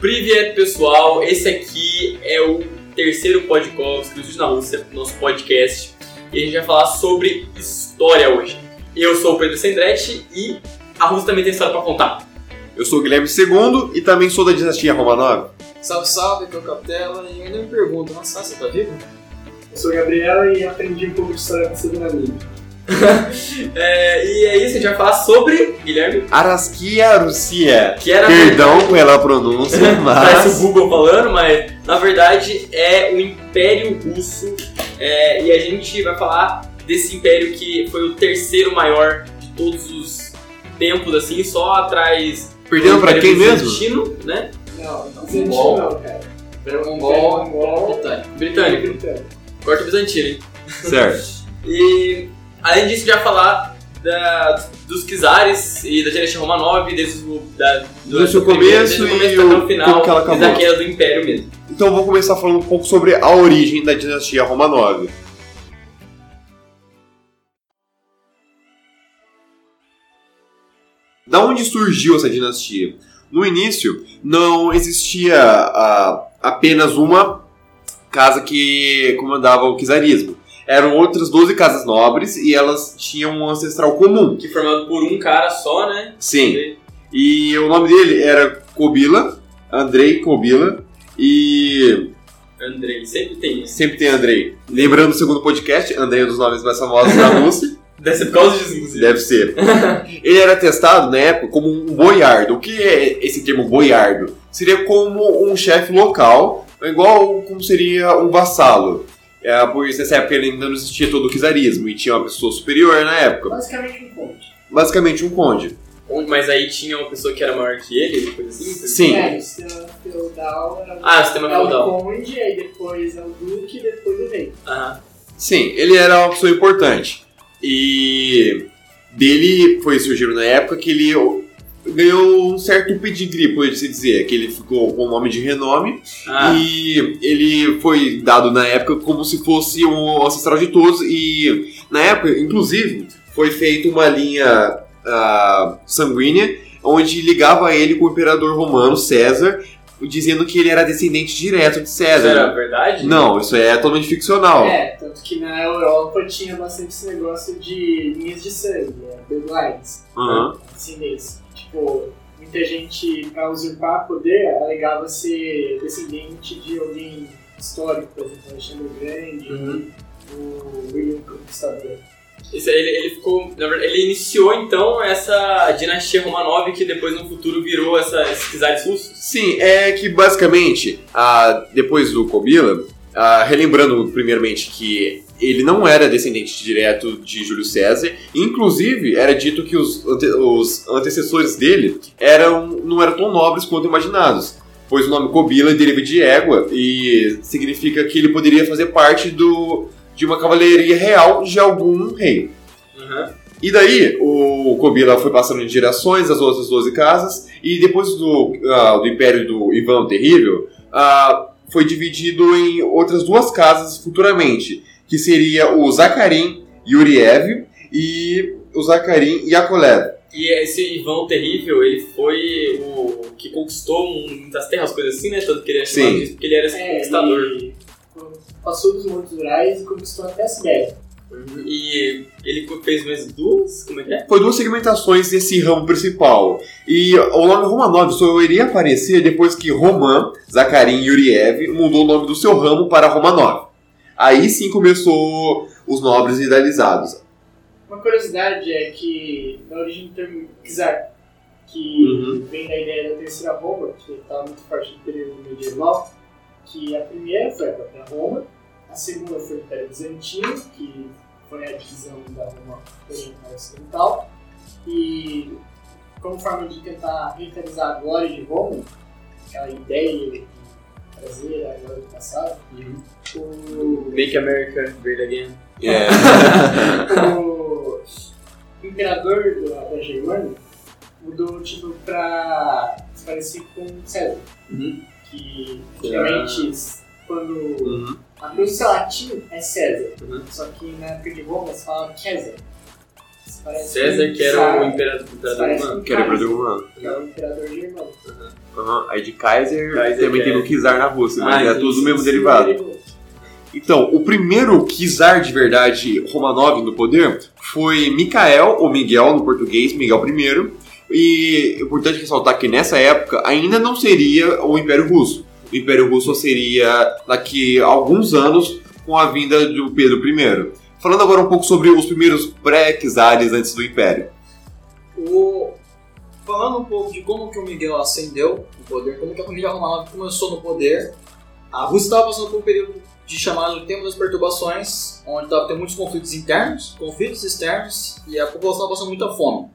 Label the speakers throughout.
Speaker 1: Privet, pessoal. Esse aqui é o terceiro podcast do Estúdio na Rússia, nosso podcast. E a gente vai falar sobre história hoje. Eu sou o Pedro Sendretti e a Rússia também tem história pra contar.
Speaker 2: Eu sou o Guilherme II e também sou da dinastia Romanov.
Speaker 3: Salve, salve, que é o Captela. E ainda me perguntam, mas Sá, você tá vivo?
Speaker 4: Eu sou a Gabriela e aprendi um pouco de história com você na minha.
Speaker 1: É, e é isso, a gente vai falar sobre Guilherme,
Speaker 2: Araskia Russia.
Speaker 1: que era
Speaker 2: Perdão pela pronúncia,
Speaker 1: Parece o
Speaker 2: mas.
Speaker 1: Google falando, mas na verdade é o Império Russo é, e a gente vai falar desse império que foi o terceiro maior de todos os tempos, assim, só atrás.
Speaker 2: Perdendo
Speaker 1: do
Speaker 2: pra
Speaker 1: Império
Speaker 2: quem mesmo?
Speaker 1: Bizantino, né?
Speaker 4: Não, não
Speaker 3: Mongol.
Speaker 4: senti não, cara.
Speaker 3: Império
Speaker 4: Mongol,
Speaker 3: Mongol,
Speaker 4: Mongol,
Speaker 3: Britânico.
Speaker 1: Britânico.
Speaker 4: britânico.
Speaker 1: Corta o Bizantino, hein?
Speaker 2: Certo.
Speaker 1: E além disso, já falar da- dos czares e da dinastia Romanov, desde o, da, do,
Speaker 2: Desde o
Speaker 1: desde
Speaker 2: começo
Speaker 1: o começo
Speaker 2: e
Speaker 1: até
Speaker 2: o-
Speaker 1: o final,
Speaker 2: como que ela
Speaker 1: desde a
Speaker 2: acabou.
Speaker 1: queda do Império mesmo.
Speaker 2: Então eu vou começar falando um pouco sobre a origem da dinastia Romanov. Da onde surgiu essa dinastia? No início, não existia ah, apenas uma casa que comandava o czarismo. Eram outras 12 casas nobres e elas tinham um ancestral comum.
Speaker 1: Que formado por um cara só, né?
Speaker 2: Sim. E o nome dele era Kobila, Andrei Kobila. E
Speaker 1: Andrei, sempre tem isso.
Speaker 2: Sempre tem Andrei. Lembrando o segundo podcast, Andrei é um dos nomes mais famosos da Rússia.
Speaker 1: Deve ser por causa disso, inclusive.
Speaker 2: Deve ser. Ele era testado na época como um boiardo. O que é esse termo boiardo? Seria como um chefe local, igual como seria um vassalo. É, pois nessa época ele ainda não existia todo o czarismo e tinha uma pessoa superior na época.
Speaker 4: Basicamente um ponte.
Speaker 2: Basicamente um conde.
Speaker 1: Onde- Mas aí tinha uma pessoa que era maior que ele, uma coisa assim?
Speaker 2: Sim.
Speaker 4: É, o sistema feudal era
Speaker 1: Ah, o sistema
Speaker 4: é
Speaker 1: feudal.
Speaker 4: o conde, aí depois é o duque e depois o rei.
Speaker 1: Aham.
Speaker 2: Sim, ele era uma pessoa importante. E dele foi surgindo na época que ele ganhou um certo pedigree, pode-se dizer, que ele ficou com o nome de renome.
Speaker 1: Ah,
Speaker 2: E ele foi dado na época como se fosse o ancestral de todos. E na época, inclusive, foi feita uma linha ah, sanguínea onde ligava ele com o imperador romano César, dizendo que ele era descendente direto de
Speaker 1: isso era
Speaker 2: César.
Speaker 1: verdade?
Speaker 2: Não, isso é totalmente ficcional.
Speaker 4: É, tanto que na Europa tinha bastante esse negócio de linhas de sangue, né? bloodlines,
Speaker 1: Ah.
Speaker 2: Aham.
Speaker 4: descendência. assim Tipo, muita gente, pra usurpar poder, alegava ser descendente de alguém histórico, por exemplo, Alexandre o Grande,
Speaker 1: Uhum.
Speaker 4: o William Conquistador.
Speaker 1: Isso, ele, ele ficou. Na verdade, ele iniciou então essa dinastia Romanov que depois no futuro virou essa, esses czares russos.
Speaker 2: Sim, é que basicamente, ah, depois do Kobila, ah, relembrando primeiramente que ele não era descendente direto de Júlio César, inclusive era dito que os, ante- os antecessores dele eram não eram tão nobres quanto imaginados, pois o nome Kobila deriva de égua e significa que ele poderia fazer parte do, de uma cavalaria real de algum rei.
Speaker 1: Aham.
Speaker 2: E daí, o Kobila foi passando de gerações as outras 12 casas, e depois do, ah, do Império do Ivan o Terrível, ah, foi dividido em outras duas casas futuramente, que seria o Zakharin e Uriev, e o Zakharin e Akolev.
Speaker 1: E esse Ivan o Terrível, ele foi o que conquistou muitas terras, coisas assim, né? Tanto que ele era chamado
Speaker 2: Sim.
Speaker 1: disso, porque ele era esse conquistador.
Speaker 4: É, ele Passou dos Montes Rurais e conquistou até a Sibéria.
Speaker 1: Uhum. E ele fez mais duas? Como é que é?
Speaker 2: Foi duas segmentações desse ramo principal. E o nome Romanov só iria aparecer depois que Roman, Zakharin e Uriev mudou o nome do seu ramo para Romanov. Aí sim começou os nobres idealizados.
Speaker 4: Uma curiosidade é que, na origem do termo czar, que
Speaker 2: Uhum.
Speaker 4: vem da ideia da terceira Roma, que estava muito forte no período medieval, que a primeira foi a própria Roma, a segunda foi o Império Bizantino, que foi a divisão da Roma Oriental e Ocidental, e como forma de tentar rentabilizar a glória de Roma, aquela ideia de trazer a glória do passado, o
Speaker 1: Make America Great Again.
Speaker 2: É.
Speaker 4: o imperador do- da Germânia mudou o título pra se parecer com César,
Speaker 1: Uhum.
Speaker 4: que antigamente quando
Speaker 2: Uhum.
Speaker 4: a pronúncia latina é César,
Speaker 1: Uhum.
Speaker 4: só que na época de Roma se fala César. Isso parece
Speaker 1: César,
Speaker 4: um
Speaker 1: que era o
Speaker 4: Tsar.
Speaker 1: imperador do
Speaker 4: Isso
Speaker 1: imperador
Speaker 4: parece
Speaker 1: romano.
Speaker 4: um
Speaker 2: Que era
Speaker 4: Kaiser,
Speaker 2: Brasil humano.
Speaker 4: que era o imperador germano.
Speaker 2: Aham, Aí de Kaiser,
Speaker 1: Kaiser
Speaker 2: também
Speaker 1: que
Speaker 2: teve
Speaker 1: é-
Speaker 2: o Kizar na Rússia, mas
Speaker 1: Ah,
Speaker 2: é
Speaker 1: sim,
Speaker 2: tudo o
Speaker 1: sim,
Speaker 2: mesmo
Speaker 1: sim,
Speaker 2: derivado.
Speaker 4: Tipo,
Speaker 2: Então, o primeiro czar de verdade Romanov no poder foi Mikael, ou Miguel no português, Miguel I. E é importante ressaltar que nessa época ainda não seria o Império Russo. O Império Russo seria daqui a alguns anos com a vinda do Pedro I. Falando agora um pouco sobre os primeiros pré-czares antes do Império.
Speaker 3: O... Falando um pouco de como que o Miguel ascendeu no poder, como que a família Romanov começou no poder, a Rússia estava passando por um período de chamado tempo das perturbações, onde estava tendo muitos conflitos internos, conflitos externos, e a população estava passando muita fome.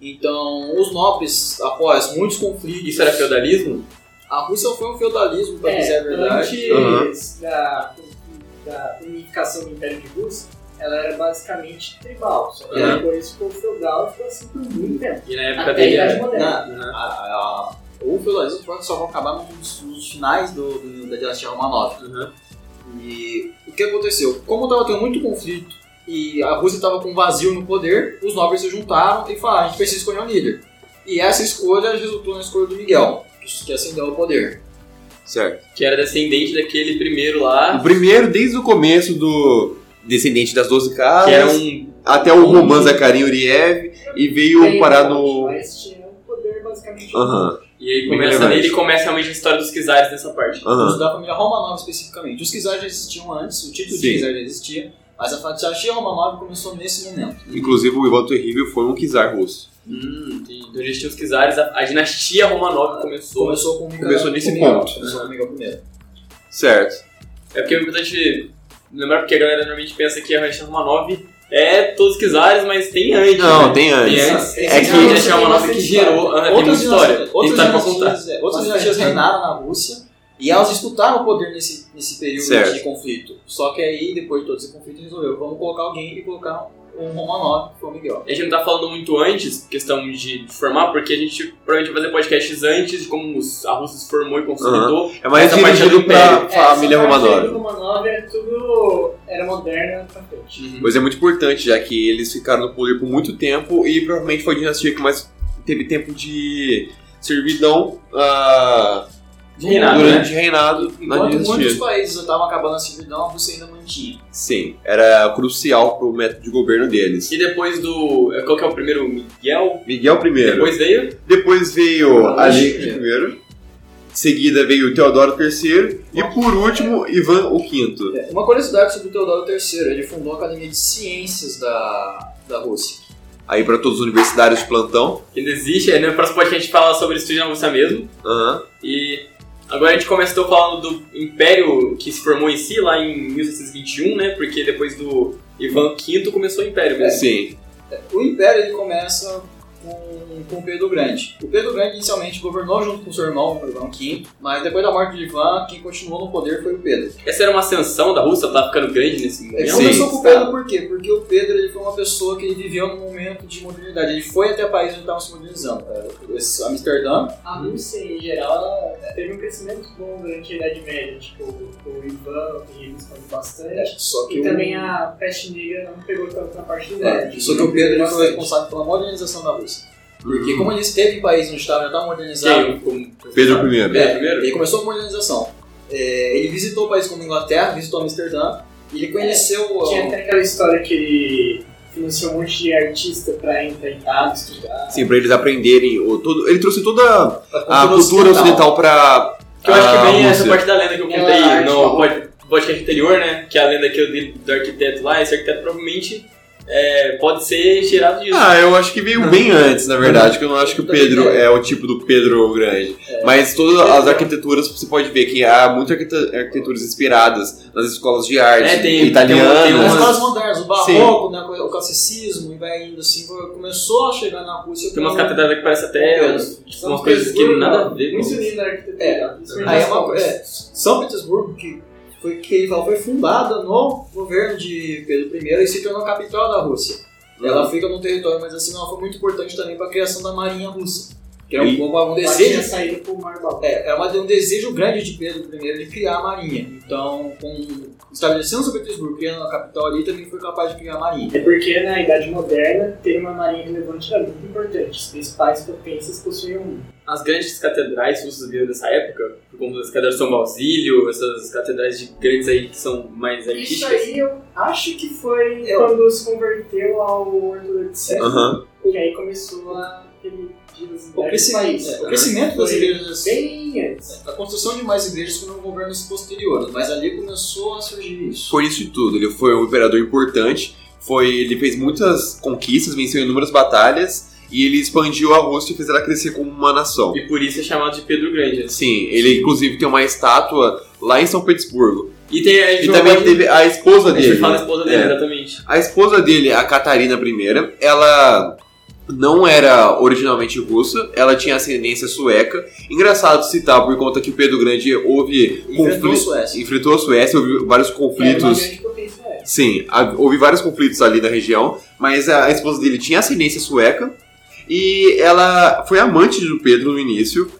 Speaker 3: Então, os nobres, após muitos conflitos,
Speaker 1: Isso era feudalismo?
Speaker 3: a Rússia foi um feudalismo, para
Speaker 4: É,
Speaker 3: dizer a verdade.
Speaker 2: Aham.
Speaker 4: antes da, da unificação do Império de Rússia, ela era basicamente tribal. Só que
Speaker 1: Aham.
Speaker 4: depois ficou feudal e ficou assim por muito tempo.
Speaker 1: E na época
Speaker 4: Até a
Speaker 1: dele
Speaker 4: Idade
Speaker 1: era.
Speaker 4: Moderna.
Speaker 1: Aham.
Speaker 3: a- a- o feudalismo foi- só vai acabar nos, nos finais do, do- da dinastia Romanov.
Speaker 1: Uhum.
Speaker 3: E o que aconteceu? Como estava tendo muito conflito e a Rússia estava com um vazio no poder, os nobres se juntaram e falaram: a gente precisa escolher um líder. E essa escolha resultou na escolha do Miguel, que que ascendeu ao poder.
Speaker 2: Certo.
Speaker 1: Que era descendente daquele primeiro lá.
Speaker 2: O primeiro, desde o começo do Descendente das Doze Casas,
Speaker 1: Que era um.
Speaker 2: até o Roman Zacarin Uriev, e veio
Speaker 4: Bem,
Speaker 2: parar no...
Speaker 4: Mas tinha um poder basicamente.
Speaker 2: Aham.
Speaker 1: E aí
Speaker 2: Bem
Speaker 1: começa
Speaker 2: relevante.
Speaker 1: nele e começa realmente a história dos Kizares nessa parte.
Speaker 2: Aham.
Speaker 3: Os da família Romanov especificamente. Os Kizar já existiam antes, o título
Speaker 2: Sim.
Speaker 3: de Kizar já existia, mas a dinastia Romanov começou nesse momento.
Speaker 2: Inclusive, o Ivan Terrível foi um czar russo.
Speaker 1: Hum, entendi. Então já tinha os Kizares, a, a dinastia Romanov começou.
Speaker 3: Começou com o Miguel.
Speaker 2: Começou nesse
Speaker 3: com o Miguel,
Speaker 2: ponto.
Speaker 3: Começou com o Miguel primeiro.
Speaker 2: Certo.
Speaker 1: É porque é importante lembrar, porque a galera normalmente pensa que a dinastia Romanov é todos os Kizares, mas tem antes.
Speaker 2: Não,
Speaker 1: né?
Speaker 2: tem antes.
Speaker 1: Tem antes.
Speaker 2: É
Speaker 1: que
Speaker 2: que-
Speaker 1: a dinastia Romanov que gerou. ah, Tem muita história.
Speaker 3: dinastias-
Speaker 1: Tem
Speaker 3: outras
Speaker 1: história pra contar.
Speaker 3: dinastias, é, outras
Speaker 4: Bastante.
Speaker 3: dinastias reinaram na Rússia e elas disputaram o poder nesse, nesse período
Speaker 2: Certo.
Speaker 3: de conflito. Só que aí, depois de todo esse conflito, resolveu, vamos colocar alguém e colocar um Romanov, que foi o Miguel.
Speaker 1: A gente não tá falando muito antes, questão de formar, porque a gente provavelmente vai fazer podcasts antes de como os- a Rússia se formou e consolidou.
Speaker 2: É mais
Speaker 1: Essa parte é
Speaker 2: dirigido
Speaker 1: do
Speaker 2: pra
Speaker 1: Império.
Speaker 2: família
Speaker 4: essa parte aí
Speaker 2: Romanov.
Speaker 4: do Romanov era tudo. era moderna pra
Speaker 3: Hum.
Speaker 4: frente.
Speaker 2: Pois é muito importante, já que eles ficaram no poder por muito tempo e provavelmente foi a dinastia que mais teve tempo de servidão ah,
Speaker 1: De reinado, né?
Speaker 2: durante o reinado na
Speaker 3: Enquanto
Speaker 2: dinastia.
Speaker 3: muitos países já estavam acabando a servidão, a Rússia ainda mantinha.
Speaker 2: Sim, era crucial pro método de governo deles.
Speaker 1: E depois do. Qual que é o primeiro? Miguel?
Speaker 2: Miguel I. Depois,
Speaker 1: Depois veio.
Speaker 2: veio
Speaker 3: Ah,
Speaker 2: Alexandre
Speaker 3: sim.
Speaker 2: I. Em seguida veio Teodoro III. E por último, Ivan o V.
Speaker 3: É, Uma curiosidade sobre o Teodoro III, ele fundou a Academia de Ciências da, da Rússia.
Speaker 2: Aí pra todos os universitários de plantão.
Speaker 1: Que ainda existe. Aí no próximo podcast a gente fala sobre isso na Rússia mesmo.
Speaker 2: Aham.
Speaker 1: E agora a gente começou falando do Império que se formou em si lá em 1621, né? Porque depois do Ivan V começou o Império mesmo.
Speaker 2: Sim.
Speaker 3: O Império ele começa com, com Pedro Grande. O Pedro Grande inicialmente governou junto com seu irmão, o Ivan V, mas depois da morte de Ivan, quem continuou no poder foi o Pedro.
Speaker 1: Essa era uma ascensão da Rússia, ela tava ficando grande nesse
Speaker 3: Ele
Speaker 1: momento.
Speaker 2: Sim.
Speaker 3: É, começou com o Pedro por quê? Porque o Pedro ele foi uma pessoa que ele viveu num momento de modernidade. Ele foi até países onde estavam se modernizando. É, esse Amsterdã,
Speaker 4: A Rússia, em geral, ela teve um crescimento bom durante a Idade Média. Tipo, o Ivan, o Rio expandiu bastante.
Speaker 3: só É, que
Speaker 4: E
Speaker 3: o-
Speaker 4: também a peste negra não pegou tanto na parte do
Speaker 3: É,
Speaker 4: norte.
Speaker 3: só que o Pedro ele foi
Speaker 4: Bastante.
Speaker 3: responsável pela modernização da Rússia. Porque como ele esteve em países onde estava já estava modernizado,
Speaker 1: Quem? Como-
Speaker 2: Pedro I.
Speaker 1: É, primeiro?
Speaker 3: Ele começou com modernização. É, ele visitou países como Inglaterra, visitou Amsterdã, e ele conheceu. ó,
Speaker 4: É, Tinha até aquela história que ele financiou um monte de artista pra entrar em casa, estudar.
Speaker 2: Sim, pra eles aprenderem. O, todo, ele trouxe toda
Speaker 3: a
Speaker 2: a cultura ocidental pra.
Speaker 1: Que eu acho que
Speaker 2: Ah, a
Speaker 1: vem essa
Speaker 2: Rússia.
Speaker 1: parte da lenda que eu
Speaker 4: É,
Speaker 1: contei
Speaker 4: a arte
Speaker 1: no
Speaker 4: da
Speaker 1: pod- podcast anterior, né? Que a lenda que eu dei do arquiteto lá, esse arquiteto provavelmente é, pode ser tirado disso.
Speaker 2: Ah, eu acho que veio bem antes, na verdade, que eu não acho É. que o Pedro é o tipo do Pedro o Grande. Mas todas as arquiteturas, você pode ver que há muitas arquite- arquiteturas inspiradas nas escolas de arte
Speaker 1: É, tem-
Speaker 2: italianas.
Speaker 1: tem um- tem
Speaker 3: As
Speaker 1: umas-
Speaker 3: escolas modernas, o barroco, né, o classicismo, e vai indo assim, foi- começou a chegar na Rússia.
Speaker 1: Tem umas
Speaker 3: como-
Speaker 1: catedrais lá que parecem até umas,
Speaker 4: São
Speaker 1: umas coisas que
Speaker 4: Petersburgo,
Speaker 1: nada a ver com
Speaker 4: Muito
Speaker 1: isso.
Speaker 4: lindo a arquitetura. Isso foi
Speaker 3: Aí é
Speaker 4: bastante.
Speaker 3: uma, é, São Petersburgo, que foi, que ele falou, foi fundada no governo de Pedro I e se tornou a capital da Rússia. Ela fica num território, mas assim, ela foi muito importante também para a criação da Marinha Russa. Que é um,
Speaker 2: E-
Speaker 3: pouco um
Speaker 4: Ela tinha
Speaker 3: desejo.
Speaker 4: saído pro Mar Balcão.
Speaker 3: É, é uma, um desejo grande de Pedro I de criar a marinha. Então, com, estabelecendo São Petersburgo, criando a capital ali, também foi capaz de criar a marinha.
Speaker 4: É porque na Idade Moderna ter uma marinha relevante era muito importante. As principais potências possuíam um. uma.
Speaker 1: As grandes catedrais, se vocês viram dessa época, como as catedrais de São Basílio, essas catedrais de grandes aí que são mais
Speaker 4: Isso
Speaker 1: artísticas.
Speaker 4: aí eu acho que foi
Speaker 3: Eu-
Speaker 4: quando se converteu ao ortodoxismo.
Speaker 2: Aham.
Speaker 4: E aí começou a religião
Speaker 3: O crescimento, é, o crescimento das
Speaker 4: né? Foi
Speaker 3: igrejas
Speaker 4: Bem antes.
Speaker 3: A construção de mais igrejas foram governos posteriores, mas ali começou a surgir isso.
Speaker 2: Foi isso de tudo. Ele foi um imperador importante. Foi, ele fez muitas conquistas, venceu inúmeras batalhas e ele expandiu a Rússia e fez ela crescer como uma nação.
Speaker 1: E por isso é chamado de Pedro Grande.
Speaker 2: Sim, ele inclusive tem uma estátua lá em São Petersburgo.
Speaker 1: E tem a
Speaker 2: E também teve a esposa
Speaker 1: A gente
Speaker 2: dele.
Speaker 1: fala da esposa dele,
Speaker 2: É.
Speaker 1: exatamente.
Speaker 2: A esposa dele, a Catarina I, ela não era originalmente russa, ela tinha ascendência sueca. Engraçado citar por conta que o Pedro Grande houve
Speaker 3: Enfrentou a
Speaker 2: conflitos.
Speaker 3: Suécia.
Speaker 2: Enfrentou a Suécia, houve vários
Speaker 4: Era uma
Speaker 2: conflitos.
Speaker 4: grande potência é.
Speaker 2: Sim, há- houve vários conflitos ali na região, mas a esposa dele tinha ascendência sueca e ela foi amante do Pedro no início.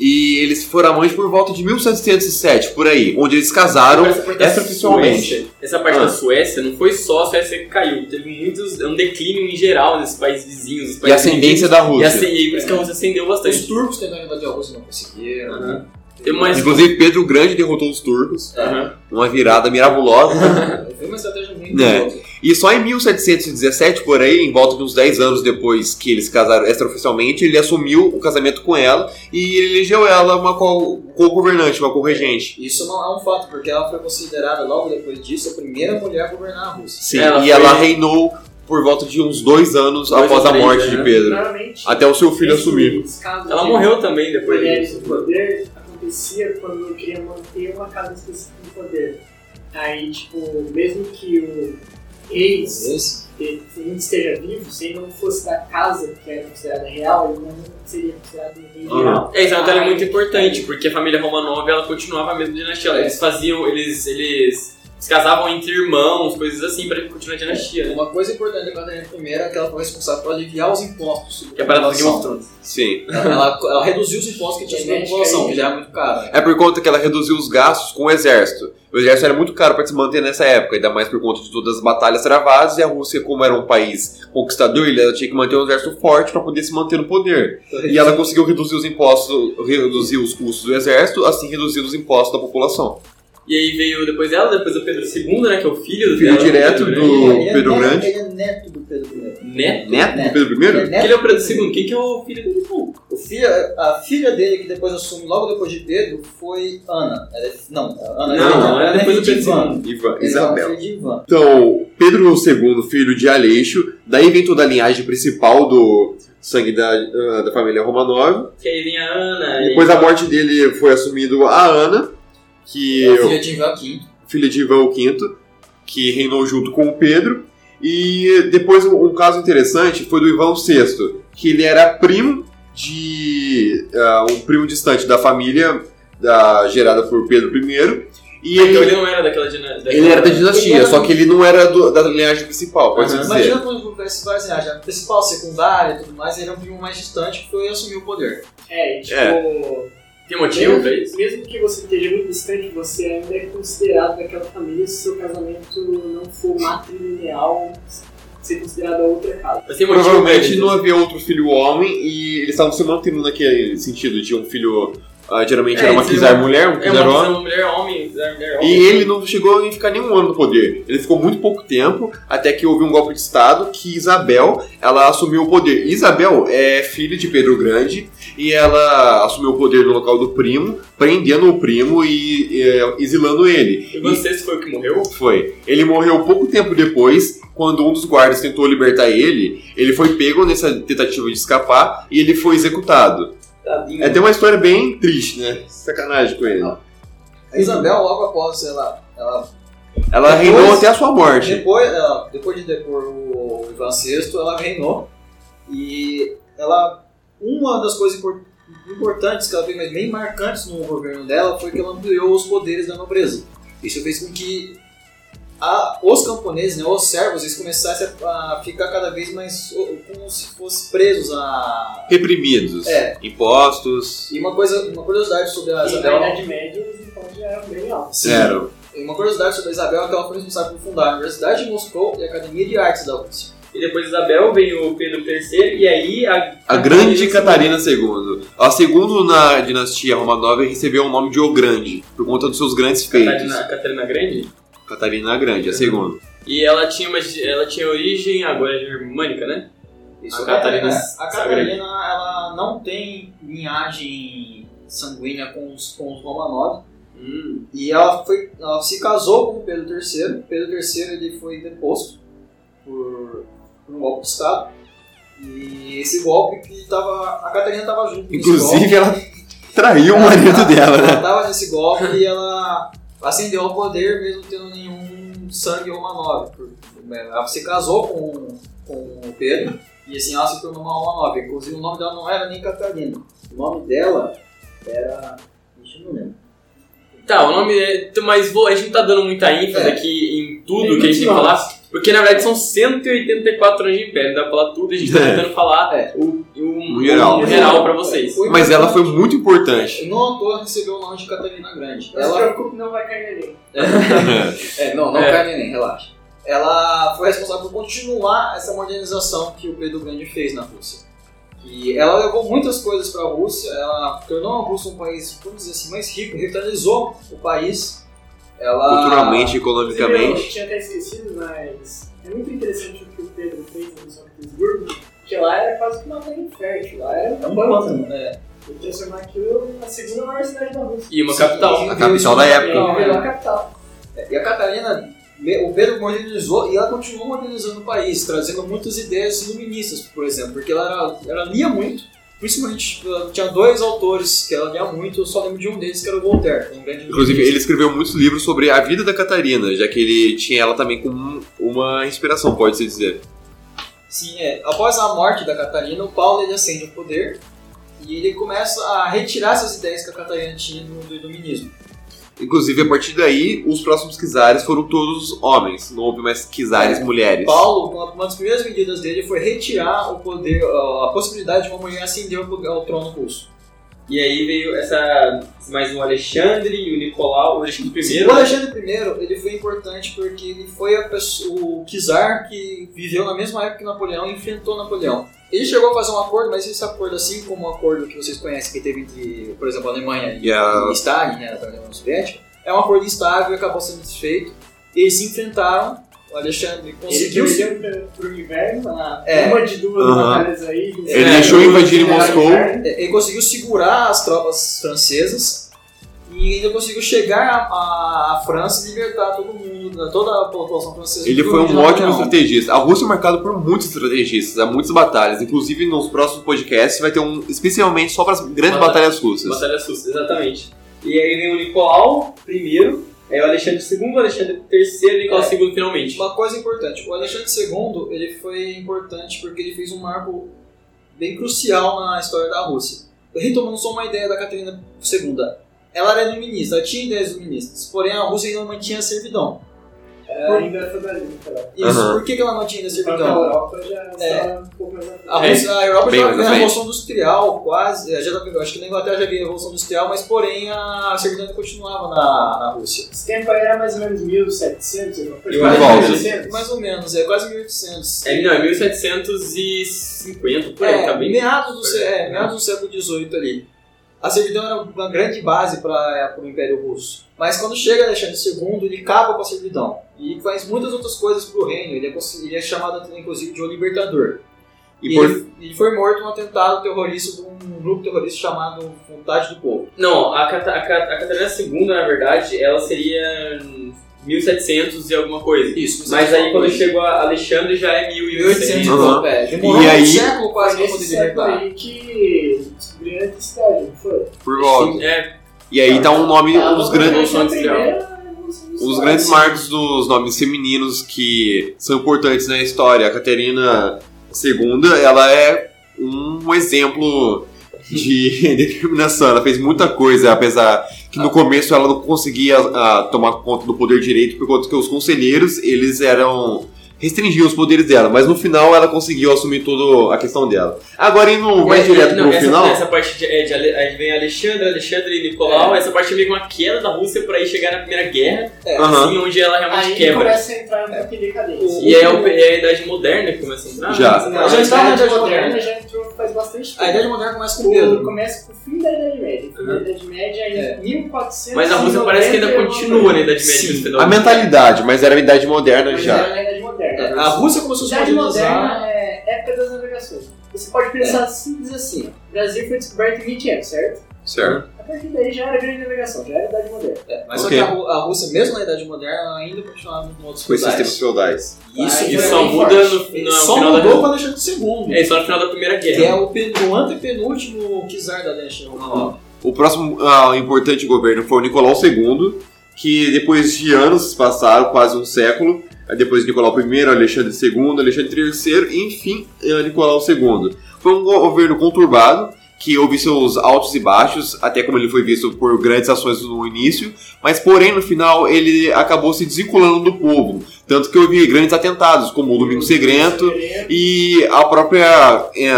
Speaker 2: E eles foram amantes por volta de 1707, por aí, onde eles casaram
Speaker 1: Essa parte da
Speaker 2: extraoficialmente.
Speaker 1: Suécia- Essa parte
Speaker 2: Então, Ah.
Speaker 1: da Suécia não foi só a Suécia que caiu. Teve muitos, um declínio em geral nesses países vizinhos. Nesses
Speaker 2: e a
Speaker 1: países
Speaker 2: ascendência da
Speaker 1: vizinhos. E,
Speaker 2: Rússia.
Speaker 1: assim, e aí por isso que a Rússia ascendeu
Speaker 3: Os
Speaker 1: bastante.
Speaker 3: turcos tentaram invadir a Rússia e não conseguiram. né?
Speaker 2: Uhum.
Speaker 1: Aham. Tem mais.
Speaker 2: Inclusive, Pedro o Grande derrotou os turcos,
Speaker 1: Aham.
Speaker 2: uma virada miraculosa.
Speaker 3: Foi uma estratégia muito
Speaker 1: É.
Speaker 2: Né.
Speaker 3: boa.
Speaker 2: e só em 1717, por aí, em volta de uns 10 anos depois que eles casaram extraoficialmente, ele assumiu o casamento com ela e ele elegeu ela uma co- co-governante, uma co-regente.
Speaker 3: Isso não é um fato, porque ela foi considerada, logo depois disso, a primeira mulher a governar a Rússia.
Speaker 2: Sim,
Speaker 1: Ela
Speaker 2: e ela
Speaker 1: foi-
Speaker 2: reinou por volta de uns dois anos
Speaker 1: Dois
Speaker 2: após
Speaker 1: ou
Speaker 2: a
Speaker 1: três,
Speaker 2: morte
Speaker 1: né?
Speaker 2: de Pedro.
Speaker 4: Normalmente,
Speaker 2: Até o seu filho assumir.
Speaker 4: esses casos
Speaker 1: Ela
Speaker 4: de
Speaker 1: morreu também depois
Speaker 4: Mulheres
Speaker 1: disso.
Speaker 4: no poder acontecia quando eu queria manter uma casa específica no poder. Aí, tipo, mesmo que o ex
Speaker 3: Esse-
Speaker 4: ele não esteja vivo, se ele não fosse da casa que era considerada real, ele não seria considerado um rei
Speaker 2: Uhum.
Speaker 4: real.
Speaker 1: É, esse detalhe é muito importante, porque a família Romanov ela continuava a mesma dinastia. Ela-
Speaker 2: É.
Speaker 1: Eles faziam, eles, eles se casavam entre irmãos, coisas assim, pra continuar a dinastia, né?
Speaker 3: Uma coisa importante da Catarina I é que ela foi responsável por aliviar os impostos.
Speaker 1: Que é a parada do Game of
Speaker 3: Thrones.
Speaker 2: Sim.
Speaker 3: Ela, ela- ela reduziu os impostos que tinha sobre a população, que já era muito caro. né?
Speaker 2: É por conta que ela reduziu os gastos com o exército. O exército era muito caro para se manter nessa época, ainda mais por conta de todas as batalhas travadas e a Rússia, como era um país conquistador, ela tinha que manter um exército forte para poder se manter no poder. E
Speaker 1: é.
Speaker 2: ela conseguiu reduzir os impostos, reduzir os custos do exército, assim reduzindo os impostos da população.
Speaker 1: E aí veio depois dela, depois o Pedro II, né? Que é o filho
Speaker 2: Filho
Speaker 1: dela, né?
Speaker 2: direto
Speaker 1: Pedro
Speaker 2: do-
Speaker 1: Grande.
Speaker 2: Ele é Pedro neto- Grande?
Speaker 3: Ele é neto do Pedro I.
Speaker 1: Né?
Speaker 2: Neto do Pedro I?
Speaker 1: Ele é o Pedro II. Quem que é o filho dele, pô?
Speaker 3: O filho, a filha dele, que depois assume logo depois de Pedro, foi Ana. Ela é- não, Ana
Speaker 1: Não,
Speaker 3: não,
Speaker 1: ela é
Speaker 3: ela é
Speaker 1: depois
Speaker 3: filha
Speaker 1: do
Speaker 3: de
Speaker 1: Pedro
Speaker 3: Ivan.
Speaker 2: Ivan,
Speaker 3: Ela é
Speaker 2: Isabel.
Speaker 3: filha de Ivan.
Speaker 2: Então, Pedro II, filho de Aleixo, daí vem toda a linhagem principal do sangue da, ah, da família Romanov.
Speaker 1: Que aí vem a Ana. e-
Speaker 2: Depois da morte dele foi assumido a Ana, que
Speaker 3: Ela é Filha de Ivan V.
Speaker 2: filha de Ivan V, que reinou junto com o Pedro. E depois um, um caso interessante foi do Ivan VI, que ele era primo de ah, um primo distante da família da, gerada por Pedro I. E
Speaker 1: Então ele
Speaker 2: ele,
Speaker 1: não era daquela dinastia.
Speaker 2: ele era da dinastia,
Speaker 3: era-
Speaker 2: só que ele não era do- da linhagem principal, pode se
Speaker 1: Aham.
Speaker 2: dizer.
Speaker 3: Imagina quando tivesse várias linhagens, a principal, a secundária e tudo mais, ele é um primo mais distante que foi assumir o poder.
Speaker 4: É, e, tipo,
Speaker 1: Tem motivo pra isso?
Speaker 4: mesmo que você esteja muito distante, você ainda é considerado daquela família se seu casamento não for matrilineal, ser considerado a outra casa.
Speaker 1: Mas é- tem motivo
Speaker 2: Provavelmente
Speaker 1: pra
Speaker 2: não
Speaker 1: isso?
Speaker 2: havia outro filho homem e eles estavam se mantendo naquele sentido de um filho. ah, geralmente
Speaker 1: É,
Speaker 2: era uma
Speaker 1: eles
Speaker 2: quizar
Speaker 1: eram-
Speaker 2: mulher, um
Speaker 1: É
Speaker 2: quizar
Speaker 1: uma
Speaker 2: homem.
Speaker 1: visão mulher homem, mulher homem.
Speaker 2: E ele não chegou a ficar nenhum ano no poder. Ele ficou muito pouco tempo, até que houve um golpe de Estado que Isabel ela assumiu o poder. Isabel é filha de Pedro o Grande e ela assumiu o poder no local do primo, prendendo o primo e eh, exilando ele.
Speaker 1: E você se foi o que morreu?
Speaker 2: Foi. Ele morreu pouco tempo depois, quando um dos guardas tentou libertar ele. Ele foi pego nessa tentativa de escapar e ele foi executado.
Speaker 1: Tadinho.
Speaker 2: É, tem uma história bem triste, né? Sacanagem com ele.
Speaker 3: A Isabel, logo após ela, ela
Speaker 2: Ela
Speaker 3: Depois- É.
Speaker 2: reinou até a sua morte.
Speaker 3: depois, ela- depois de depor o Ivan VI, ela reinou e ela, uma das coisas impor- importantes que ela fez, mas bem marcantes no governo dela, foi que ela ampliou os poderes da nobreza. Isso fez com que a- os camponeses, né, os servos, eles começassem a, a ficar cada vez mais o- como se fossem presos a...
Speaker 2: Reprimidos.
Speaker 3: É.
Speaker 2: Impostos.
Speaker 3: E uma, coisa, uma curiosidade sobre a
Speaker 4: E na
Speaker 3: Isabel...
Speaker 4: Idade Média os infantes eram bem altos.
Speaker 3: Sim.
Speaker 2: Zero.
Speaker 3: E uma curiosidade sobre a Isabel é que ela foi responsável por fundar a Universidade de Moscou e a Academia de Artes da Rússia.
Speaker 1: E depois Isabel, veio o Pedro III, e aí a,
Speaker 2: A grande Catarina II. A segundo na dinastia Romanov recebeu o nome de O Grande, por conta dos seus grandes feitos. Catarina,
Speaker 1: Catarina, Catarina Grande.
Speaker 2: a Grande, a
Speaker 3: Uhum.
Speaker 2: segunda.
Speaker 1: E ela tinha, uma, ela tinha origem agora germânica, né?
Speaker 3: Isso é,
Speaker 1: A Catarina
Speaker 3: a Catarina, ela não tem linhagem sanguínea com os, com os Romanov.
Speaker 1: Hum.
Speaker 3: E ela, foi, ela se casou com o Pedro III. Pedro III ele foi deposto por, por um golpe de Estado. E esse golpe que tava, a Catarina estava junto. nesse golpe.
Speaker 2: Inclusive, ela traiu o marido
Speaker 3: Ela-
Speaker 2: dela, né?
Speaker 3: Ela tava nesse golpe e ela ascendeu ao poder mesmo tendo nenhum sangue Romanov. Por- Ela se casou com, com o Pedro e assim ela se tornou uma Romanov. Inclusive o nome dela não era nem Catarina. O nome dela era. Deixa eu não lembro.
Speaker 1: Tá, o nome é. Mas vou, a gente não tá dando muita ênfase
Speaker 3: É.
Speaker 1: aqui em tudo
Speaker 4: Nem
Speaker 1: que a gente tem que
Speaker 4: continuar.
Speaker 1: falar. Porque na verdade são 184 anos de império, dá pra falar tudo, a gente tá
Speaker 2: É.
Speaker 1: tentando falar
Speaker 3: É.
Speaker 1: o, o,
Speaker 2: O geral.
Speaker 1: o geral pra vocês.
Speaker 3: Foi
Speaker 2: Mas ela foi
Speaker 3: importante.
Speaker 2: muito importante.
Speaker 3: Não à toa recebeu o nome de Catarina Grande.
Speaker 4: Não se
Speaker 3: Ela.
Speaker 4: preocupe, não vai cair neném.
Speaker 3: É, não, não
Speaker 1: É.
Speaker 3: cai neném, relaxa. Ela foi responsável por continuar essa modernização que o Pedro Grande fez na Rússia. E ela levou muitas coisas para a Rússia, ela tornou a Rússia um país, vamos dizer assim, mais rico, revitalizou o país. Ela...
Speaker 2: Culturalmente,
Speaker 4: Eu
Speaker 2: economicamente.
Speaker 4: tinha até esquecido, mas é muito interessante o que o Pedro fez em São Petersburgo, porque lá era quase que uma terra fértil, lá era
Speaker 3: É
Speaker 4: um
Speaker 3: um
Speaker 4: pântano.
Speaker 3: pântano, é.
Speaker 4: Ele transformar aquilo na segunda maior cidade da Rússia.
Speaker 1: E uma capital.
Speaker 2: A capital da
Speaker 4: E
Speaker 2: época.
Speaker 4: ele virou a capital.
Speaker 3: E a Catarina, me- o Pedro modernizou e ela continuou modernizando o país, trazendo muitas ideias iluministas, por exemplo, porque ela, ela lia muito, principalmente ela tinha dois autores que ela lia muito, eu só lembro de um deles que era o Voltaire, um grande
Speaker 2: Inclusive,
Speaker 3: iluminista.
Speaker 2: ele escreveu muitos livros sobre a vida da Catarina, já que ele tinha ela também como uma inspiração, pode-se dizer.
Speaker 3: Sim, é. Após a morte da Catarina, o Paulo ele ascende ao poder e ele começa a retirar essas ideias que a Catarina tinha do, do iluminismo.
Speaker 2: Inclusive, a partir daí, os próximos czares foram todos homens, não houve mais czares mulheres.
Speaker 3: É. Paulo, uma, uma das primeiras medidas dele foi retirar o poder, a, a possibilidade de uma mulher ascender ao, ao trono russo.
Speaker 1: E aí veio essa. Mais um Alexandre e o Nicolau, o Alexandre
Speaker 3: O
Speaker 1: primeiro. né?
Speaker 3: Alexandre I ele foi importante porque ele foi a pessoa, o czar que viveu na mesma época que Napoleão e enfrentou Napoleão. Ele chegou a fazer um acordo, mas esse acordo, assim como o acordo que vocês conhecem que teve entre, por exemplo, a Alemanha e
Speaker 2: E a-
Speaker 3: e Stalin, né, da União Soviética, é um acordo instável e acabou sendo desfeito. Eles se enfrentaram, o Alexandre conseguiu.
Speaker 4: Ele deu tempo pro inverno, na
Speaker 3: É.
Speaker 4: uma de duas
Speaker 2: Aham.
Speaker 4: batalhas aí. né?
Speaker 2: Ele
Speaker 1: É,
Speaker 2: deixou
Speaker 1: eu-
Speaker 2: invadir
Speaker 4: eu-
Speaker 2: Moscou.
Speaker 4: eu-
Speaker 3: é, ele conseguiu segurar as tropas francesas e ainda conseguiu chegar à- à, à França e libertar todo mundo, da- toda a população francesa.
Speaker 2: Ele
Speaker 3: do
Speaker 2: foi
Speaker 3: domínio
Speaker 2: um
Speaker 3: de
Speaker 2: ótimo
Speaker 3: Napoleão.
Speaker 2: estrategista. A Rússia é marcada por muitos estrategistas, há muitas batalhas. Inclusive, nos próximos podcasts vai ter um especialmente só para as grandes
Speaker 1: Batalha-
Speaker 2: batalhas russas.
Speaker 1: Batalha Sussa, exatamente. E aí vem o Nicolau primeiro, aí o Alexandre II, o Alexandre III e o Nicolau
Speaker 3: É.
Speaker 1: II finalmente.
Speaker 3: Uma coisa importante, o Alexandre II ele foi importante porque ele fez um marco bem crucial na história da Rússia. Retomando só uma ideia da Catarina II, ela era iluminista, ela tinha ideias iluministas, porém a Rússia ainda mantinha a servidão.
Speaker 4: eu- Ainda é feudalista lá.
Speaker 3: Isso,
Speaker 2: Aham.
Speaker 3: por que que ela mantinha a
Speaker 4: Enquanto
Speaker 2: Então.
Speaker 4: a
Speaker 3: servidão?
Speaker 4: Europa já
Speaker 2: É.
Speaker 4: está um pouco mais à frente.
Speaker 3: A, Rússia, a Europa
Speaker 2: Bem
Speaker 3: já
Speaker 2: mais
Speaker 3: vivendo a
Speaker 2: à frente.
Speaker 3: Revolução Industrial, quase, é, já, tá- acho que na Inglaterra já havia a Revolução Industrial, mas porém a servidão ainda continuava na, na Rússia.
Speaker 4: Esse tempo aí era mais ou menos 1700, alguma coisa.
Speaker 1: Eu
Speaker 4: Mais
Speaker 2: volto.
Speaker 4: 1700.
Speaker 3: Mais ou menos, é quase 1800.
Speaker 1: É, não, é 1750, por aí,
Speaker 3: É,
Speaker 1: tá bem?
Speaker 3: meados, do, sé- é, meados do século XVIII ali. A servidão era uma grande base para o Império Russo. Mas quando chega Alexandre II, ele acaba com a servidão. E faz muitas outras coisas para o reino. Ele é, cons- ele é chamado, inclusive, de O Libertador.
Speaker 2: E
Speaker 3: E
Speaker 2: por-
Speaker 3: ele, ele foi morto num atentado terrorista de um grupo terrorista chamado Vontade do Povo.
Speaker 1: Não, a, Cata- a Ca- a Catarina II, na verdade, ela seria hum, 1700 e alguma coisa.
Speaker 3: Isso,
Speaker 1: Mas aí quando chegou a Alexandre já é 1800.
Speaker 3: 1800
Speaker 2: Uhum.
Speaker 3: pouco, é, demorou
Speaker 2: E aí-
Speaker 3: um século quase
Speaker 4: Foi
Speaker 3: para
Speaker 4: nesse
Speaker 3: poder
Speaker 4: século
Speaker 3: libertar.
Speaker 4: aí que descobriu a eletricidade, não foi?
Speaker 2: por volta.
Speaker 1: É,
Speaker 2: E aí tá um nome,
Speaker 4: Ah,
Speaker 2: os grandes.
Speaker 1: Revolução
Speaker 2: Os grandes marcos dos nomes femininos que são importantes na história. A Caterina II, ela é um exemplo de determinação. Ela fez muita coisa, apesar que no começo ela não conseguia ah, tomar conta do poder direito, por conta que os conselheiros, eles eram... Restringiam os poderes dela, mas no final ela conseguiu assumir toda a questão dela. Agora indo mais
Speaker 1: É,
Speaker 2: direto
Speaker 1: não,
Speaker 2: pro
Speaker 1: essa,
Speaker 2: final.
Speaker 1: Essa parte de, é, de Ale- aí vem Alexandre, Alexandre e Nicolau. Essa parte é meio que uma queda da Rússia pra aí chegar na Primeira Guerra,
Speaker 3: É.
Speaker 2: Aham.
Speaker 1: assim, onde ela realmente
Speaker 4: Aí
Speaker 1: quebra.
Speaker 4: começa a entrar na decadência.
Speaker 1: E aí é, o- é a Idade Moderna que começa a entrar?
Speaker 2: Já.
Speaker 1: né?
Speaker 3: Já
Speaker 4: tá
Speaker 3: está na Idade Moderna.
Speaker 4: já entrou faz bastante tempo.
Speaker 3: A Idade Moderna começa com
Speaker 4: O-
Speaker 3: Pedro.
Speaker 4: Começa com o fim da Idade Média. O fim da Idade Média é
Speaker 3: É.
Speaker 4: em 1400.
Speaker 1: Mas a Rússia parece que ainda
Speaker 4: é
Speaker 1: continua na Idade Média
Speaker 3: Sim.
Speaker 1: no final.
Speaker 2: A mentalidade, mas era a idade moderna
Speaker 4: Mas
Speaker 2: já.
Speaker 4: era na Idade Moderna.
Speaker 3: É, A Rússia começou a se
Speaker 4: Idade
Speaker 3: modernizar.
Speaker 4: Moderna é época das navegações. Você pode pensar simples assim: o Brasil foi descoberto em 20 anos, certo?
Speaker 2: Certo.
Speaker 4: A partir daí já era grande navegação, já era Idade Moderna.
Speaker 3: É, Mas só
Speaker 2: Ok.
Speaker 3: que a Rú- a Rússia, mesmo na Idade Moderna, ela ainda continuava com outros
Speaker 2: Com esses sistemas
Speaker 3: cuidados.
Speaker 2: feudais.
Speaker 3: Isso,
Speaker 4: Aí
Speaker 1: E
Speaker 3: isso
Speaker 1: só
Speaker 4: bem
Speaker 1: muda no,
Speaker 4: forte.
Speaker 1: no
Speaker 3: só
Speaker 1: final
Speaker 3: mudou
Speaker 1: da.
Speaker 3: com Alexandre II.
Speaker 1: É, só no final da Primeira
Speaker 3: Que é
Speaker 1: Guerra.
Speaker 3: o, pen- o antepenúltimo czar da né, Dinastia Romanov.
Speaker 2: O próximo ah, importante governo foi o Nicolau II, que depois de anos passaram, quase um século, aí depois Nicolau I, Alexandre II, Alexandre III, enfim, eh, Nicolau II. Foi um governo conturbado, que houve seus altos e baixos, até como ele foi visto por grandes ações no início, mas porém no final ele acabou se desvinculando do povo. Tanto que houve grandes atentados, como o Domingo Segrento, e a própria é,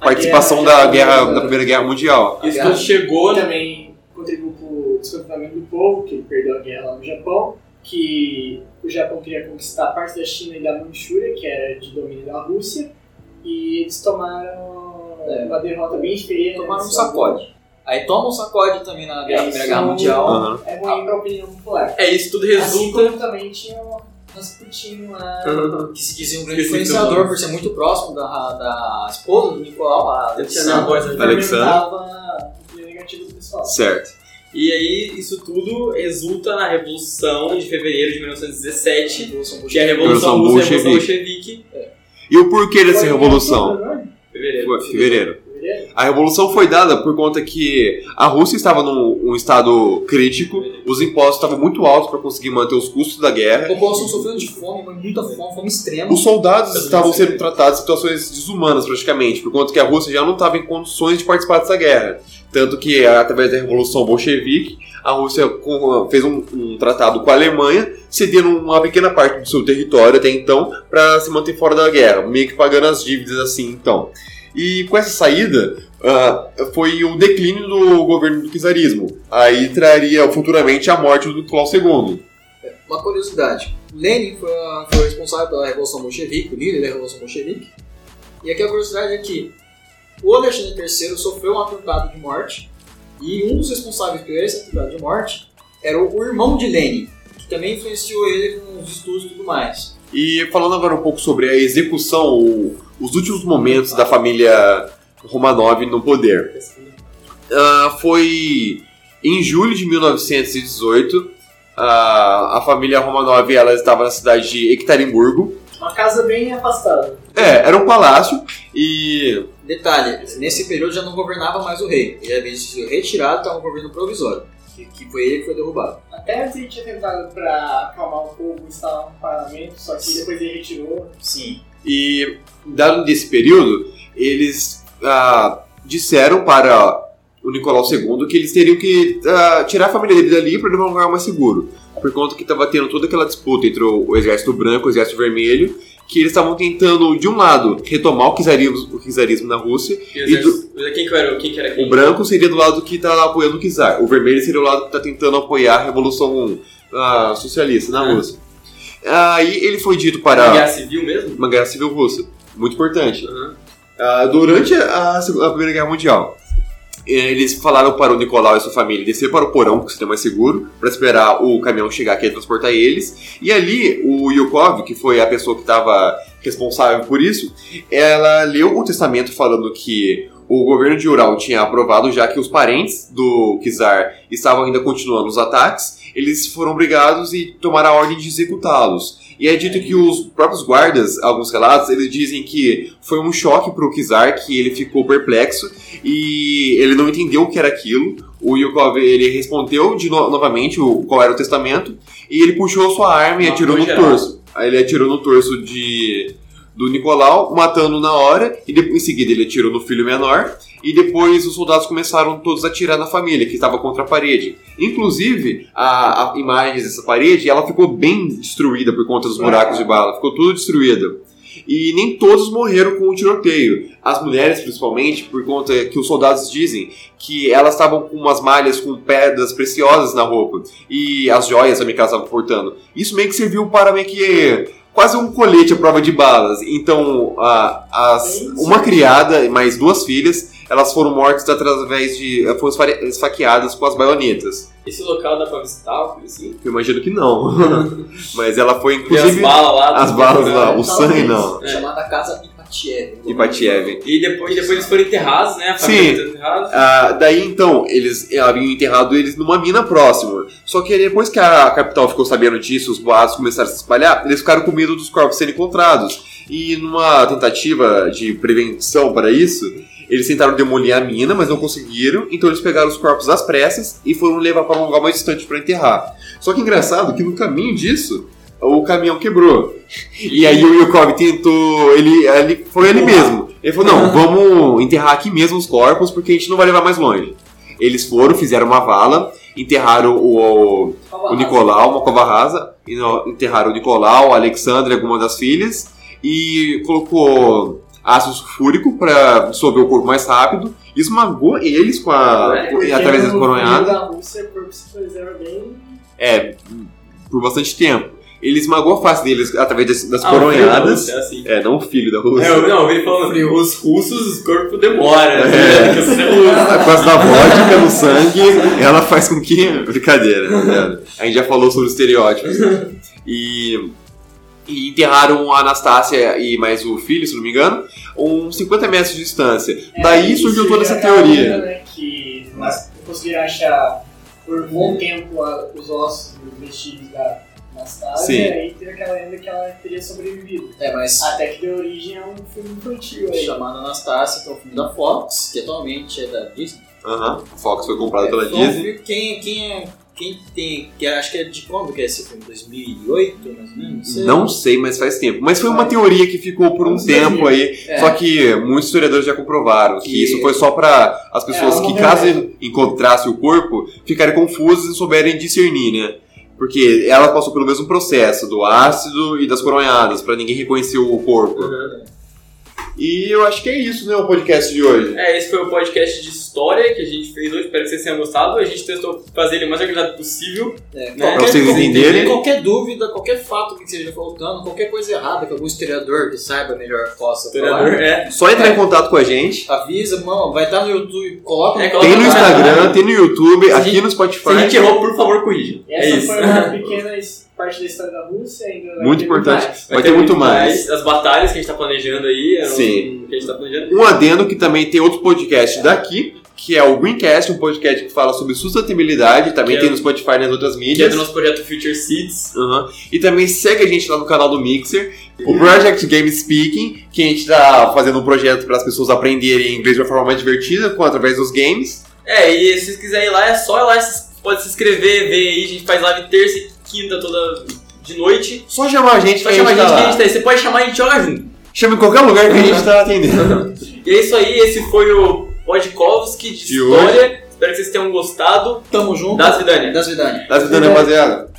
Speaker 2: participação
Speaker 4: guerra-
Speaker 2: da guerra da primeira guerra mundial.
Speaker 1: Isso tudo chegou. né?
Speaker 4: também contribuiu para o descontentamento do povo, que perdeu a guerra lá no Japão, que o Japão queria conquistar parte da China e da Manchúria, que era de domínio da Rússia, e eles tomaram
Speaker 3: É.
Speaker 4: uma derrota bem feia. né,
Speaker 3: Tomaram um
Speaker 4: nessa-
Speaker 3: sacode. Aí toma um sacode também na Guerra-
Speaker 4: É,
Speaker 3: Primeira
Speaker 4: isso
Speaker 3: Guerra
Speaker 4: é um-
Speaker 3: Mundial.
Speaker 2: Aham.
Speaker 4: É ruim para a opinião popular.
Speaker 1: É, isso tudo
Speaker 4: Assim
Speaker 1: Ah. resulta.
Speaker 4: como também tinha o Rasputin lá.
Speaker 3: Que se dizia um grande
Speaker 1: Esqueci do
Speaker 3: influenciador
Speaker 1: nome.
Speaker 3: por ser muito próximo da, da esposa do Nicolau, a
Speaker 1: Eu tinha minha
Speaker 3: Alexandra.
Speaker 1: voz né? aqui.
Speaker 2: Valeu. Alexandre.
Speaker 4: Alimentava o um negativo do pessoal.
Speaker 2: Certo.
Speaker 1: E aí, isso tudo resulta na Revolução de Fevereiro de 1917, que é a Revolução Russa e a
Speaker 2: Revolução
Speaker 1: Revolução
Speaker 2: Bolchevique.
Speaker 1: Bolchevique.
Speaker 2: E o porquê dessa
Speaker 4: Foi em
Speaker 2: revolução?
Speaker 4: outubro, não é?
Speaker 1: Fevereiro.
Speaker 2: Foi Fevereiro.
Speaker 4: Fevereiro?
Speaker 2: A revolução foi dada por conta que a Rússia estava num um estado crítico, os impostos estavam muito altos para conseguir manter os custos da guerra.
Speaker 3: A
Speaker 1: é
Speaker 3: população sofrendo de fome, mas muita fome, fome extrema.
Speaker 2: Os soldados estavam sendo tratados em situações desumanas, praticamente, por conta que a Rússia já não estava em condições de participar dessa guerra. Tanto que, através da Revolução Bolchevique, a Rússia com- fez um, um tratado com a Alemanha, cedendo uma pequena parte do seu território até então, para se manter fora da guerra, meio que pagando as dívidas assim, então. E com essa saída, ah, foi o declínio do governo do czarismo. Aí traria futuramente a morte do Nicolau II.
Speaker 3: Uma curiosidade: Lenin foi, a- foi o responsável pela Revolução Bolchevique, o líder da Revolução Bolchevique. E aqui a curiosidade é que o Alexandre III sofreu um atentado de morte, e um dos responsáveis por esse atentado de morte era o irmão de Lenin, que também influenciou ele com os estudos e tudo mais.
Speaker 2: E falando agora um pouco sobre a execução, o- os últimos momentos da família Romanov no poder. Ah, foi em julho de 1918, ah, a família Romanov ela estava na cidade de Ekaterinburgo.
Speaker 4: Uma casa bem afastada.
Speaker 2: É, era um palácio e
Speaker 3: Detalhe, nesse período já não governava mais o rei. Ele havia sido retirado, estava um governo provisório, que, que foi ele que foi derrubado.
Speaker 4: Até antes ele tinha tentado pra acalmar o povo, instalar um parlamento, só que depois ele retirou.
Speaker 3: Sim.
Speaker 2: E, dado desse período, eles ah, disseram para o Nicolau II que eles teriam que ah, tirar a família dele dali para levar um lugar mais seguro. Por conta que estava tendo toda aquela disputa entre o, o exército branco e o exército vermelho, que eles estavam tentando, de um lado, retomar o czarismo, o czarismo na Rússia.
Speaker 1: E os
Speaker 2: E do-
Speaker 1: exércitos- Quem que era quem? Que era
Speaker 2: O
Speaker 1: quem?
Speaker 2: branco seria do lado que está apoiando o czar. O vermelho seria o lado que está tentando apoiar a Revolução ah, Socialista na
Speaker 1: Ah.
Speaker 2: Rússia. Aí ele foi dito
Speaker 1: Uma
Speaker 2: para
Speaker 1: Guerra Civil mesmo?
Speaker 2: uma guerra civil russa. Muito importante.
Speaker 1: Aham.
Speaker 2: Ah, durante a, Seg- a Primeira Guerra Mundial. eh, Eles falaram para o Nicolau e sua família descer para o porão, que seria mais seguro, para esperar o caminhão chegar que ia transportar eles. E ali, o Yukov, que foi a pessoa que estava responsável por isso, ela leu o testamento falando que o governo de Ural tinha aprovado, já que os parentes do czar estavam ainda continuando os ataques, eles foram obrigados e tomaram a ordem de executá-los. E é dito que os próprios guardas, alguns relatos, eles dizem que foi um choque para o Kizar, que ele ficou perplexo e ele não entendeu o que era aquilo. O Yukov, ele respondeu de no- novamente o, qual era o testamento e ele puxou sua arma e
Speaker 1: Matou
Speaker 2: atirou no
Speaker 1: geral.
Speaker 2: torso. Aí ele atirou no torso de do Nicolau, matando na hora, e depois, em seguida ele atirou no filho menor, e depois os soldados começaram todos a atirar na família, que estava contra a parede. Inclusive, a, a imagem dessa parede, ela ficou bem destruída por conta dos buracos de bala, ficou tudo destruído. E nem todos morreram com o tiroteio. As mulheres, principalmente, por conta que os soldados dizem que elas estavam com umas malhas com pedras preciosas na roupa. E as joias também que elas estavam portando. Isso meio que serviu para meio que quase um colete à prova de balas. Então, a- as-
Speaker 4: Sim, sim.
Speaker 2: uma criada e mais duas filhas, elas foram mortas através de... foram esfa- esfaqueadas com as baionetas.
Speaker 1: Esse local dá pra visitar, por assim.
Speaker 2: Eu imagino que não. Mas ela foi,
Speaker 1: Ver as
Speaker 2: inclusive...
Speaker 1: balas lá.
Speaker 2: as balas lá,
Speaker 1: né?
Speaker 2: o sangue não.
Speaker 1: É.
Speaker 3: Chamada Casa Ipatiev.
Speaker 2: Ipatiev.
Speaker 1: E depois, depois eles foram enterrados, né? A
Speaker 2: Sim.
Speaker 1: família foi enterrada.
Speaker 2: Ah, daí então, eles haviam enterrado eles numa mina próxima. Só que depois que a capital ficou sabendo disso, os boatos começaram a se espalhar, eles ficaram com medo dos corpos serem encontrados. E numa tentativa de prevenção para isso, eles tentaram demolir a mina, mas não conseguiram. Então eles pegaram os corpos às pressas e foram levar para um lugar mais distante para enterrar. Só que engraçado que no caminho disso, o caminhão quebrou. E aí o Yukov tentou. Ele, ele foi ele mesmo. Ele falou: não, vamos enterrar aqui mesmo os corpos, porque a gente não vai levar mais longe. Eles foram, fizeram uma vala, enterraram o, o, o Nicolau, uma cova rasa, e não- enterraram o Nicolau, a Alexandra, alguma das filhas, e colocou ácido sulfúrico para dissolver o corpo mais rápido, e esmagou eles com a,
Speaker 4: Porque
Speaker 2: através das
Speaker 4: no
Speaker 2: coronhadas.
Speaker 4: frio da Rússia, o corpo se preserva bem.
Speaker 2: É, por bastante tempo. Ele esmagou a face deles através das, das
Speaker 1: Ah,
Speaker 2: coronhadas.
Speaker 1: não, É assim.
Speaker 2: É, não o filho da Rússia.
Speaker 1: É, eu- não, eu vi ele falando assim, os russos, o corpo demora, né? Que você é russo.
Speaker 2: A coisa da vodka no sangue, ela faz com que. Brincadeira, né? A gente já falou sobre estereótipos. E. E enterraram a Anastácia e mais o filho, se não me engano, uns 50 metros de distância. Daí
Speaker 4: É,
Speaker 2: surgiu
Speaker 4: isso
Speaker 2: toda essa
Speaker 4: já é a
Speaker 2: teoria.
Speaker 4: outra, né, que nós conseguiram achar por um bom tempo a- os ossos dos vestidos da Anastasia.
Speaker 2: Sim.
Speaker 4: E aí teve aquela lenda que ela teria sobrevivido.
Speaker 3: É, mas
Speaker 4: Até que deu origem a um filme infantil aí.
Speaker 3: chamada Anastasia, que é um filme da Fox, que atualmente é da Disney.
Speaker 2: Aham. O Fox foi comprado pela
Speaker 3: É, foi um
Speaker 2: Disney.
Speaker 3: filme- Quem, quem é. Quem tem. Que acho que é de quando que é esse filme? 2008, mais ou menos? sei.
Speaker 2: Não sei, mas faz tempo. Mas foi uma teoria que ficou por um
Speaker 4: Não sei.
Speaker 2: tempo aí.
Speaker 3: É.
Speaker 2: Só que muitos historiadores já comprovaram que
Speaker 3: Que-
Speaker 2: isso foi só para as pessoas
Speaker 4: É,
Speaker 2: que,
Speaker 4: uma
Speaker 2: caso
Speaker 4: verdade.
Speaker 2: encontrassem o corpo, ficarem confusas e não souberem discernir, né? Porque ela passou pelo mesmo processo do ácido e das coronhadas, para ninguém reconhecer o corpo. E eu acho que é isso, né, o podcast de hoje.
Speaker 1: É, esse foi o podcast de história que a gente fez hoje. Espero que vocês tenham gostado. A gente tentou fazer ele o mais agradável possível.
Speaker 3: É,
Speaker 1: Né?
Speaker 2: Pra vocês
Speaker 3: dúvida-
Speaker 2: entenderem.
Speaker 3: Qualquer dúvida, qualquer fato que seja faltando, qualquer coisa errada que algum historiador que saiba melhor possa
Speaker 1: Historiador,
Speaker 3: falar,
Speaker 1: é.
Speaker 2: Só entrar em contato com a gente.
Speaker 3: avisa, mano, vai estar no YouTube, coloca
Speaker 1: É, coloca
Speaker 2: Tem no
Speaker 1: lá.
Speaker 2: Instagram, tem no YouTube,
Speaker 1: Se a
Speaker 2: aqui
Speaker 1: gente-
Speaker 2: no
Speaker 1: Se a
Speaker 2: Spotify.
Speaker 1: gente errou, por favor, corrija.
Speaker 4: E
Speaker 1: É
Speaker 4: essa
Speaker 1: isso.
Speaker 4: foi uma pequena es- parte da história da Rússia. Ainda vai
Speaker 2: Muito
Speaker 4: ter
Speaker 2: importante.
Speaker 4: mais.
Speaker 2: Vai ter muito mais.
Speaker 1: As batalhas que a gente tá planejando aí. é um-
Speaker 2: Sim.
Speaker 1: Que a gente tá planejando.
Speaker 2: Um adendo que também tem outro podcast daqui, que é o Greencast, um podcast que fala sobre sustentabilidade, também
Speaker 1: Que é-
Speaker 2: tem no Spotify e nas outras
Speaker 1: Que é
Speaker 2: mídias.
Speaker 1: do nosso projeto Future Seeds.
Speaker 2: Aham. E também segue a gente lá no canal do Mixer, o Project Game Speaking, que a gente tá fazendo um projeto para as pessoas aprenderem inglês de uma forma mais divertida, com através dos games.
Speaker 1: É, e se vocês quiserem ir lá, é só ir lá, vocês podem se inscrever, ver aí, a gente faz live terça e quinta toda de noite.
Speaker 2: Só chamar a gente,
Speaker 1: Só
Speaker 2: que
Speaker 1: chamar a gente
Speaker 2: tá
Speaker 1: que
Speaker 2: lá.
Speaker 1: a gente tá Uhum. aí. Você pode chamar e a gente joga junto.
Speaker 2: Chama em qualquer lugar que a gente tá atendendo.
Speaker 1: E é isso aí, esse foi o Podkovski de,
Speaker 2: De
Speaker 1: história. Espero que vocês tenham gostado.
Speaker 3: Tamo junto.
Speaker 1: Das Vidania.
Speaker 3: Das Vidania.
Speaker 1: Uhum.
Speaker 2: Tá ajudando, rapaziada?